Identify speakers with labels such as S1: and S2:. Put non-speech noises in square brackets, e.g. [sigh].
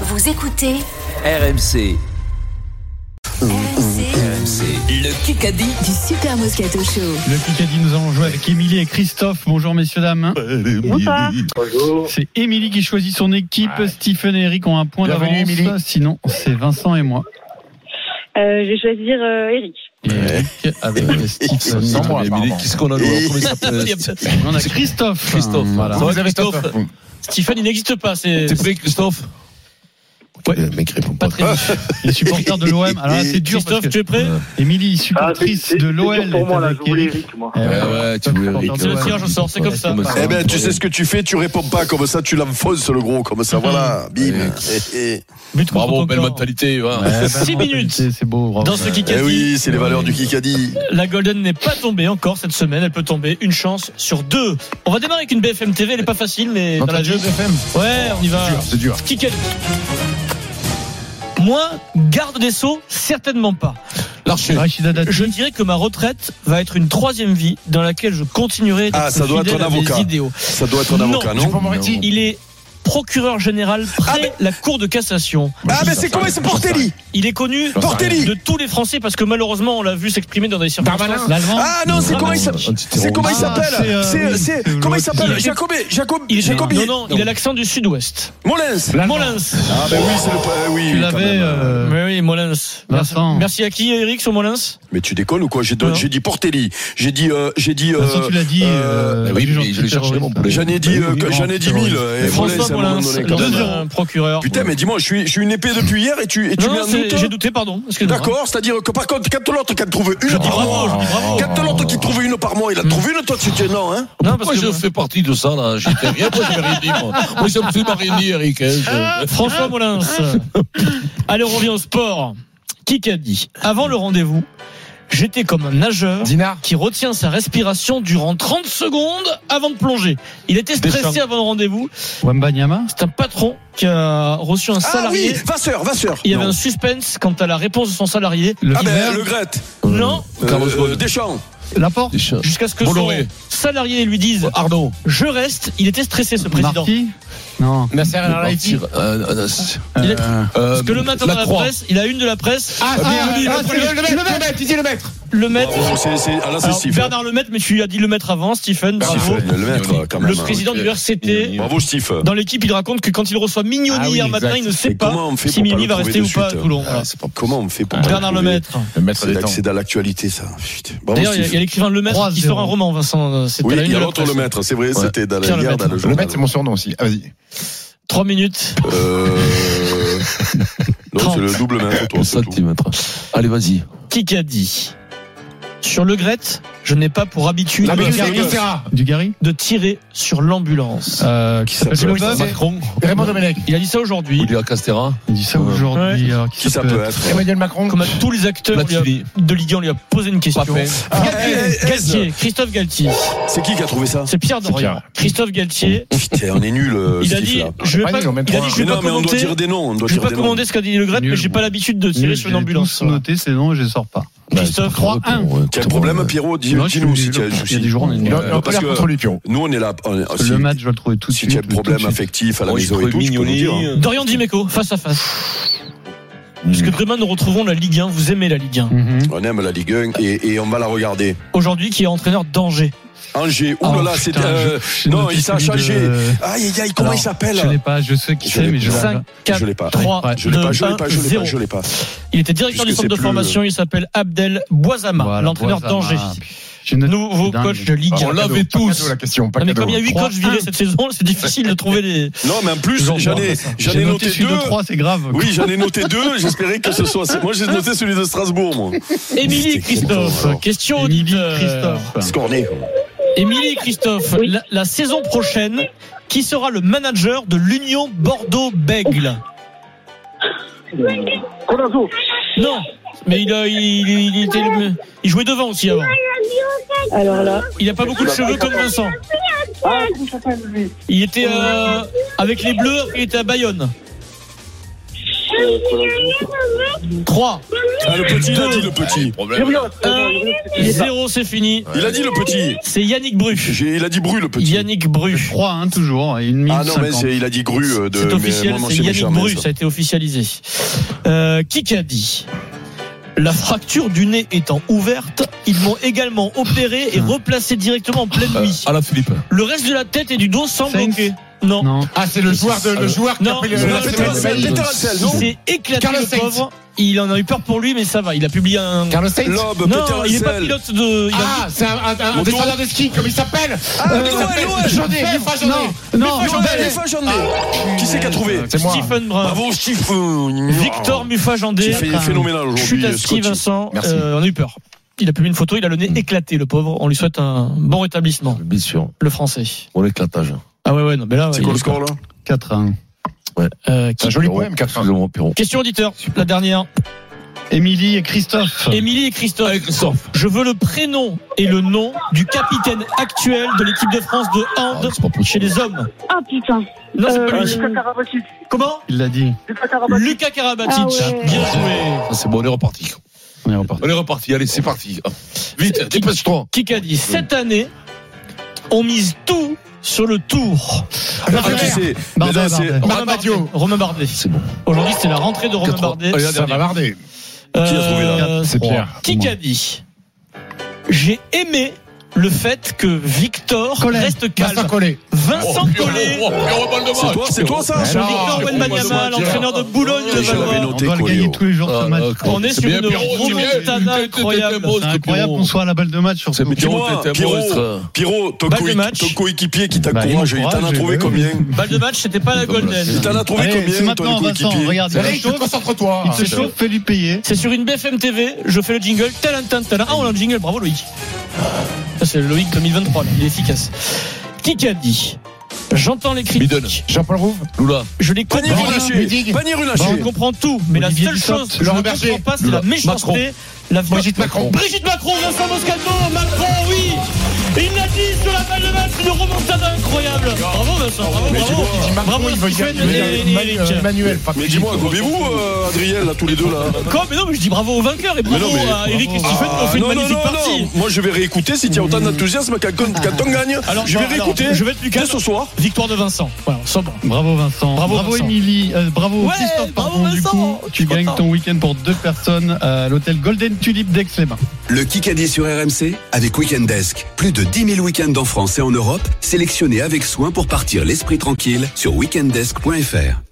S1: Vous écoutez
S2: RMC,
S1: RMC,
S2: RMC, le Kikadi.
S1: du Super Moscato Show.
S3: Le Kikadi, nous allons jouer avec Émilie et Christophe. Bonjour messieurs, dames. C'est Émilie qui choisit son équipe. Stephen et Eric ont un point
S4: Bienvenue,
S3: d'avance.
S4: Émilie.
S3: Sinon, c'est Vincent et moi.
S5: Euh, je vais choisir euh, Eric.
S3: Et Eric avec Stephen.
S4: Sans moi,
S6: Mais
S4: apparemment.
S6: qu'est-ce qu'on a nous Comment
S3: [laughs]
S6: il s'appelle
S3: On a Christophe.
S6: Christophe.
S3: Voilà.
S6: Ça va,
S4: Vous avez
S6: Christophe
S7: Stéphane, il n'existe pas. C'est
S6: T'es prêt, Christophe
S3: Ouais.
S6: Le mec répond
S7: pas très vif.
S3: Les supporters de l'OM. Alors là, c'est dur
S7: Christophe,
S3: parce que
S7: tu es prêt
S3: Émilie,
S8: Ah,
S3: supportrice
S8: c'est- c'est-
S3: de
S8: c'est
S3: l'OL,
S8: dur pour moi, là,
S3: avec
S8: je voulais
S3: Eric.
S8: Eric, moi.
S3: Eh
S6: Ouais,
S3: ouais.
S6: ouais, tu veux Eric.
S7: C'est le tirage au sort, c'est comme ça.
S6: Comme
S7: Pardon.
S9: Eh ben, tu sais ce que tu fais, tu réponds pas comme ça, tu l'enfonces le gros comme ça, [laughs] voilà, bim. Eh, eh.
S3: But contre
S6: Bravo,
S3: ton
S6: belle
S3: camp.
S6: mentalité. hein. voilà.
S3: Ouais, belle
S7: Six
S3: mentalité,
S7: minutes.
S3: C'est beau, bravo.
S7: Dans ce kick
S9: Eh oui, c'est les valeurs du Kikadi.
S7: la Golden n'est pas tombée encore cette semaine. Elle peut tomber une chance sur deux. On va démarrer avec une BFM TV. Elle est pas facile, mais dans la jeu. Ouais, on y va.
S4: C'est dur.
S7: Kick Moi, garde des Sceaux, certainement pas.
S6: L'archer.
S3: Rachida Dati.
S7: Je dirais que ma retraite va être une troisième vie dans laquelle je continuerai d'être
S9: Ah, ça doit être
S7: fidèle
S9: un
S7: à mes
S9: avocat.
S7: idéaux.
S9: Ça doit être un
S7: Non,
S9: avocat, non
S4: Dupond-Moretti.
S7: Il est procureur général près
S9: Ah, mais-
S7: la Cour de cassation.
S9: Ah, mais c'est comment c'est Portelli
S7: Il est connu
S9: Portelli
S7: de tous les Français parce que malheureusement on l'a vu s'exprimer dans des circonstances.
S3: L'Allemand.
S9: Ah non, c'est comment il s'appelle C'est comment il
S3: Ah, c'est, euh,
S9: s'appelle C'est- euh,
S3: oui,
S9: C'est
S3: c'est
S9: comment il
S3: l'autre.
S9: s'appelle
S7: Il-
S9: Jacob Jacob
S7: Il est
S9: Jacob
S7: non, non, il a l'accent du sud-ouest.
S9: Molins.
S7: Molins.
S9: Ah ben oui, c'est le eh oui,
S3: Tu
S9: quand
S3: l'avais.
S9: même.
S3: euh,
S7: Mais oui, Molins. Merci-
S3: Vincent.
S7: Merci à qui Eric sur Molins
S9: Mais tu décolles ou quoi J'ai don-
S7: Non.
S9: j'ai dit Portelli, j'ai dit euh, j'ai dit
S3: Vincent,
S9: euh,
S3: tu l'as dit.
S9: euh,
S3: euh,
S6: oui,
S3: du
S6: mais
S3: gentil
S6: je l'ai cherché,
S3: terroriste.
S6: mon poulet.
S9: j'en ai dit euh, que- j'en ai dit mille et Molins
S7: François
S9: à un moment
S7: Molins,
S9: donné quand même.
S7: l'ancien procureur.
S9: Putain, mais dis-moi, je suis je suis une épée depuis hier et tu et tu
S7: Non,
S9: mets
S7: non,
S9: un
S7: c'est-
S9: doute hein
S7: j'ai douté, pardon. Excuse-moi.
S9: D'accord, c'est-à-dire que par contre, quand l'autre qui en trouve une
S7: Je dis
S9: par
S7: bravo, je
S9: mois,
S7: dis bravo.
S9: quand l'autre qui trouve une par mois, il en trouve une, toi tu dis non, hein
S7: Non, parce
S6: Pourquoi
S7: que
S6: je
S7: moi-
S6: fais partie de ça, là J'étais rien, moi, j'ai rien dit, moi. Moi, j'ai absolument rien dit, Eric. hein, je-
S7: euh,
S9: Ah.
S7: François
S9: [laughs]
S7: Molins. Allez, on revient au sport. Qui qu'a dit Avant le rendez-vous, j'étais comme un nageur
S4: Dinard.
S7: qui retient sa respiration durant 30 secondes avant de plonger. Il était stressé avant le rendez-vous.
S3: Wembanyama.
S7: C'est un patron qui a reçu un
S9: Ah oui,
S7: salarié.
S9: Vasseur, Vasseur.
S7: Il y avait un suspense quant à la réponse de son salarié.
S3: Le
S9: Ah ben,
S3: Hiver.
S9: le Grette,
S7: Non,
S9: euh,
S6: Carlos
S9: euh,
S6: Ghosn.
S9: Deschamps.
S3: Laporte.
S6: Deschamps.
S7: jusqu'à ce que son
S6: Bolloré.
S7: salarié lui dise
S4: Oh,
S6: Arnaud.
S7: Je reste. Il était stressé, ce président.
S3: Marty. Non.
S4: Nasser El Khelaifi.
S6: Partir, euh, euh, c'est-
S7: Il est-
S6: euh,
S7: Parce que le matin
S6: la
S7: dans la
S6: Croix.
S7: presse, il a une de la presse.
S4: Ah, c'est
S7: il dit,
S4: ah,
S7: le
S4: c'est
S7: premier-
S4: le maître, le maître, il dit le maître.
S7: le maître.
S9: Bravo, c'est c'est- ah, là c'est
S7: Alors,
S9: Steve.
S7: Bernard Lemaitre, mais tu lui as dit le mettre avant, Stephen, bravo.
S9: Steve, le maître, quand même.
S7: Le président du RCT,
S9: Bravo Steve.
S7: dans l'équipe, il raconte que quand il reçoit Mignoni
S4: Ah oui,
S7: hier
S4: exact.
S7: matin, il ne sait
S9: Mais
S7: pas
S9: comment on fait
S7: si
S9: pour pas
S7: Mignoni
S9: le
S7: va
S9: trouver
S7: rester
S9: de
S7: ou pas à
S9: suite
S7: Toulon. voilà.
S9: Ah, c'est pas- Comment on fait pour pas
S7: Bernard
S9: le trouver
S7: Lemaître.
S4: Le maître
S9: C'est
S4: des
S9: d'ac-
S4: temps.
S9: c'est dans l'actualité ça. Putain, Bravo
S7: D'ailleurs, il y a- il y a
S9: Steve.
S7: l'écrivain Lemaitre qui
S3: 3-0.
S7: sort un roman, Vincent. euh, C'était
S9: Oui,
S7: la
S9: il
S7: une
S9: y a
S7: de la
S9: l'autre le
S7: presse.
S9: maître, c'est vrai, c'était dans
S7: Pierre
S9: la guerre,
S7: Lemaître.
S9: dans le
S4: Le
S9: journal.
S4: maître, c'est mon surnom aussi. Ah, vas-y.
S7: Trois minutes. [laughs]
S9: Euh, Non, c'est le double maître, toi, c'est tout.
S6: Centimètre. Allez, vas-y.
S7: Qui qu'a dit Sur le Gret, je n'ai pas pour habitude
S4: La
S7: de
S4: Bénédicte
S7: tirer-
S4: Becerra.
S3: Du Gary.
S7: de tirer sur l'ambulance.
S3: Euh, qui s'appelle
S9: Ça
S3: le
S9: peut
S3: Bob.
S6: Macron.
S4: Raymond Domenech.
S7: Il a dit ça aujourd'hui.
S6: Il est à Castera.
S3: Il dit ça
S6: Ouais.
S3: aujourd'hui. alors
S9: Qui ça peut être
S4: Emmanuel Macron.
S7: Comme à tous les acteurs on lui a-
S6: Platini.
S7: de Ligue 1, on lui a posé une question.
S6: Papin.
S9: Ah, eh, eh,
S7: Galtier, Christophe Galtier.
S9: C'est qui qui a trouvé ça
S7: C'est Pierre Dorian.
S4: Pierre.
S7: Christophe Galtier,
S9: Putain, on est nul.
S7: il a dit je vais
S4: pas
S7: pas,
S4: dit, on met
S7: il a
S4: trois.
S7: dit je
S9: Mais
S7: vais pas
S9: non, mais on doit
S7: commenter.
S9: dire des noms. On doit
S7: Je vais
S9: dire
S7: pas
S9: des noms.
S7: commander ce qu'a dit Le Gret,
S3: Nul,
S7: mais j'ai
S3: moi.
S7: pas l'habitude de tirer sur une ambulance.
S3: J'ai tous noté, c'est non, je les sors pas.
S7: Christophe,
S3: 3-1.
S9: Quel problème, Pierrot Dis-
S3: Non, je
S9: Dis-nous
S3: suis
S9: si tu as
S3: nul.
S9: un
S3: Il y a des
S9: souci.
S3: jours, on est nul.
S4: Il a-
S9: Euh,
S4: il a pas
S9: parce
S4: l'air
S9: que-
S4: contre lui, Pierrot.
S9: Nous, on est là. on est- si-
S3: Le match, je vais le trouver tout de
S9: Si
S3: suite.
S9: tu as des
S3: tout de
S9: problèmes
S3: suite.
S9: affectifs à la
S6: Moi, j'ai
S9: maison et tout,
S6: trouvé
S9: tu peux nous dire.
S6: Mignoni,
S9: hein.
S7: Dorian Dimeco, face à face. Parce que demain, nous retrouvons la Ligue 1. Vous aimez la Ligue 1.
S3: Mhm.
S9: On aime la Ligue 1 et, et on va la regarder.
S7: Aujourd'hui, qui est entraîneur d'Angers.
S9: Angers,
S3: Oh,
S9: oulala, c'est.
S3: putain,
S9: euh,
S3: je-
S9: non,
S3: j'ai
S9: il s'est
S3: noté celui
S9: changé.
S3: de-
S9: Aïe, aïe, aïe, comment
S3: Alors,
S9: il s'appelle
S3: Je l'ai pas, je sais qui
S9: Je
S3: c'est,
S9: l'ai
S3: mais je
S9: pas.
S3: l'ai pas.
S7: 5, 4,
S9: Je l'ai pas.
S7: 3,
S9: Je l'ai pas, je l'ai
S7: 2,
S9: pas,
S7: 1,
S9: je l'ai pas,
S7: 0.
S9: je l'ai pas.
S7: Il était directeur
S9: Puisque
S7: du centre de
S9: c'est plus
S7: formation. Il s'appelle Abdel Boisama,
S3: Voilà, Ah,
S7: l'entraîneur
S3: Boisama.
S7: d'Angers.
S3: J'ai noté-
S7: Nouveau
S3: C'est dingue.
S7: coach de Ligue 1.
S6: On l'avait
S4: Pas
S6: tous.
S4: cadeau, la question. Pas
S7: Non, mais
S4: cadeau.
S7: comme il y a 8
S3: Trois,
S7: coachs virés
S3: un.
S7: cette saison, c'est difficile de trouver
S9: [laughs]
S7: les.
S9: Non, mais en plus,
S7: Genre,
S9: j'en ai,
S7: ça.
S9: j'en ai
S3: J'ai
S9: noté
S3: celui
S9: deux.
S3: de 3, c'est grave.
S9: Oui, j'en ai noté deux. J'espérais que ce soit. Moi, j'ai noté celui de Strasbourg, moi.
S7: Émilie Christophe,
S9: alors.
S7: question
S3: Émilie,
S7: auditeur.
S3: Christophe.
S9: Scorné.
S7: Émilie Christophe,
S5: Oui.
S7: la, la saison prochaine, qui sera le manager de l'Union Bordeaux-Bègle
S8: Corazzo.
S7: Non, mais il, a- il, il- il était le- il jouait devant aussi avant.
S5: Alors là,
S7: Il n'a pas beaucoup de cheveux comme Vincent.
S8: Ah, comment il s'appelle lui
S7: Il était euh, avec les Bleus, il était à Bayonne. 3,
S9: Ah, le petit, il a dit le petit.
S7: 1, 0, c'est fini.
S9: Il a dit le petit.
S7: C'est Yannick Bruch.
S9: J'ai- Il a dit Bru, le petit.
S7: Yannick Bruch.
S3: 3, hein, toujours. Et une minute
S9: Ah non, mais
S3: 50.
S9: c'est- il a dit Gru. euh, de-
S7: C'est
S9: mais
S7: officiel,
S9: moi, non,
S7: c'est
S9: chez mes
S7: Yannick
S9: charmants,
S7: Bruch, ça
S9: ça.
S7: a été officialisé. Euh, qui qu'a dit La fracture du nez étant ouverte, ils m'ont également opéré et replacé directement en pleine nuit.
S6: À la Philippe.
S7: Le reste de la tête et du dos sans
S3: Sainz.
S7: bloquer. Non.
S3: Non.
S4: Ah, c'est le joueur de, le joueur qui a
S7: Non,
S4: pris le,
S7: c'est
S9: Euh,
S7: la
S4: le-
S9: Peter
S7: Sainz.
S9: Hansel, Peter Hansel,
S7: Il
S9: non
S7: s'est éclaté
S4: Carlos
S7: le
S4: Sainz.
S7: pauvre. Il en a eu peur pour lui, mais ça va. Il a publié un.
S4: Carlos Sainz
S9: Lobe, Peter
S7: Non, il n'est pas
S9: Hansel.
S7: pilote de. il a-
S4: Ah, c'est un, un, un, un descendant de ski, comme il s'appelle
S7: Euh,
S9: Ah,
S4: Il s'appelle Jandé, Mifra Jandé.
S3: Non, non,
S9: Johnny, Johnny,
S7: euh,
S9: Johnny. Qui c'est qui a trouvé
S4: C'est moi.
S7: Stephen Brun.
S9: Bravo, Stephen.
S7: Victor Ah.
S9: Tu
S7: Mufajandé.
S9: fais phénoménal
S7: Chute
S9: aujourd'hui, euh,
S7: à ski,
S9: Scotty. Mm.
S7: Vincent.
S4: Merci.
S7: Euh, on a eu peur. Il a publié une photo, il a le nez éclaté, le pauvre. On lui souhaite un bon rétablissement,
S6: Bien sûr.
S7: le français.
S6: Bon éclatage.
S7: Ah ouais, ouais, non, mais là.
S9: C'est
S7: il
S9: quoi Ah,
S7: est-
S9: le score là
S7: Ah,
S3: 4 1.
S7: Euh, qui-
S4: C'est un joli poème, 4
S6: Excusez-moi, Pierrot.
S7: Question auditeur, la dernière.
S3: Émilie et Christophe.
S7: Émilie et Christophe. Je veux le prénom et le nom du capitaine actuel de l'équipe de France de
S6: Ah,
S7: hand
S6: C'est pas
S7: chez
S6: possible.
S7: les hommes.
S5: Ah putain.
S7: Non, c'est pas
S5: Euh,
S7: lui.
S5: Lucas Karabatic.
S7: Comment
S3: Il l'a dit.
S5: Lucas Karabatic.
S7: Lucas Karabatic.
S5: Ah ouais.
S7: Bien joué.
S6: Ah, C'est bon, on est reparti.
S3: On est reparti.
S6: On est reparti. Allez, c'est parti. Ah. Vite, dépêche-toi.
S7: Qui a dit cette année, on mise tout sur le tour.
S9: Ah, tu sais. Mais
S3: Bardet,
S9: là, c'est.
S3: Bardet.
S7: Romain Bardet.
S4: Radio.
S7: Romain Bardet.
S6: C'est bon.
S7: Aujourd'hui, c'est la rentrée de Romain
S6: Quatre-
S7: Bardet.
S6: Allez, la
S4: Ça va
S6: dernière.
S4: barder.
S7: Euh,
S9: Qui a trouvé là
S4: C'est Pierre.
S7: Qui a dit J'ai aimé le fait que Victor
S3: Collet.
S7: reste
S4: Vincent
S7: calme.
S4: Collet.
S7: Vincent
S6: Pierrot,
S7: Collet.
S6: oh, Pierrot, balle de match.
S9: C'est toi, c'est toi ça
S4: Alors,
S7: Victor
S4: Pierrot,
S7: Wenbanyama,
S4: balle de match.
S7: l'entraîneur de Boulogne,
S9: Je l'avais
S7: le
S3: On
S9: noté,
S3: doit le
S9: Coléo.
S3: gagner tous les jours ce
S6: Ah,
S3: match.
S6: d'accord.
S7: On est
S6: C'est
S7: sur
S6: bien,
S7: une
S6: Pierrot, c'est bien.
S7: remontana
S6: T'es- t'es- t'es
S7: incroyable.
S6: un monstre,
S3: C'est incroyable
S6: Pierrot.
S3: qu'on soit à la balle de match sur
S6: C'est
S3: ce
S9: Pierrot,
S6: Pierrot, t'es un
S9: Pierrot.
S6: monstre.
S9: Pierrot, ton
S7: Balle de
S9: coéqui-
S7: match.
S9: ton coéquipier qui
S3: Bah, il
S9: t'encourage, il t'en a
S3: m'encourage,
S9: trouvé
S3: oui.
S9: combien
S7: euh, Balle de match, c'était pas la
S9: Il
S7: golden.
S9: t'en a trouvé
S3: Allez, c'est
S9: combien, ton
S3: maintenant, Vincent,
S9: coéquipier
S3: regarde, il
S4: Allez,
S3: se chauffe,
S4: concentre-toi.
S3: il se chauffe, fais-lui payer.
S7: C'est sur une BFM TV, je fais le jingle. Talent, talent, talent. Ah, on a le jingle, bravo Loïc. Ah, Ça, c'est le Loïc 2023, là, il est efficace. Qui a dit J'entends les
S6: Biden.
S7: critiques,
S4: Jean-Paul Rouve.
S6: Loula.
S7: je les
S9: Panier
S7: comprends.
S9: runaché Panier
S7: Je
S9: runaché
S7: comprends tout, mais la
S3: Olivier
S7: seule
S3: Dussopt,
S7: chose que je
S4: Laurent
S7: ne
S4: Berger,
S7: comprends pas, c'est
S6: Lula,
S7: la méchanceté, la
S4: Brigitte Macron.
S7: Brigitte Macron, Vincent Moscato, Macron, oui Il l'a dit sur la balle de match, une remontada incroyable Bravo Vincent, bravo,
S4: Mais dis-moi,
S7: bravo
S4: il dit Macron,
S7: Bravo
S4: il veut dire-
S7: Stephen
S4: il veut dire
S7: et- et-
S4: Emmanuel,
S7: et-
S4: Emmanuel, pas
S9: Mais dis-moi, gobez-vous, euh, Adrien, là, tous les deux là
S7: Quoi Mais non, mais je dis bravo au vainqueur et
S9: Mais
S7: bravo
S9: non, mais-
S7: à Eric et Stephen qui ont
S9: Ah,
S7: fait une
S9: non, non,
S7: magnifique
S9: non,
S7: partie Ah.
S9: non. Moi, je vais réécouter. Si tu as autant d'enthousiasme quand, quand, quand on gagne,
S7: Alors,
S9: je vais
S7: non, alors,
S9: réécouter.
S7: je vais être plus
S9: dès
S7: calme.
S9: ce soir.
S7: Victoire de Vincent, voilà, sobre.
S3: Bravo Vincent.
S7: Bravo,
S3: bravo
S7: Vincent.
S3: Émilie. Euh, bravo
S7: Ouais,
S3: Christophe.
S7: bravo,
S3: pardon, du
S7: Vincent.
S3: coup,
S7: Je
S3: tu
S7: suis
S3: gagnes
S7: content.
S3: ton week-end pour deux personnes à l'hôtel Golden Tulip d'Aix-les-Bains.
S8: Le Kikadi sur RMC avec Weekend Desk. Plus de 10 000 week-ends en France et en Europe, sélectionnés avec soin pour partir l'esprit tranquille sur weekendesk.fr.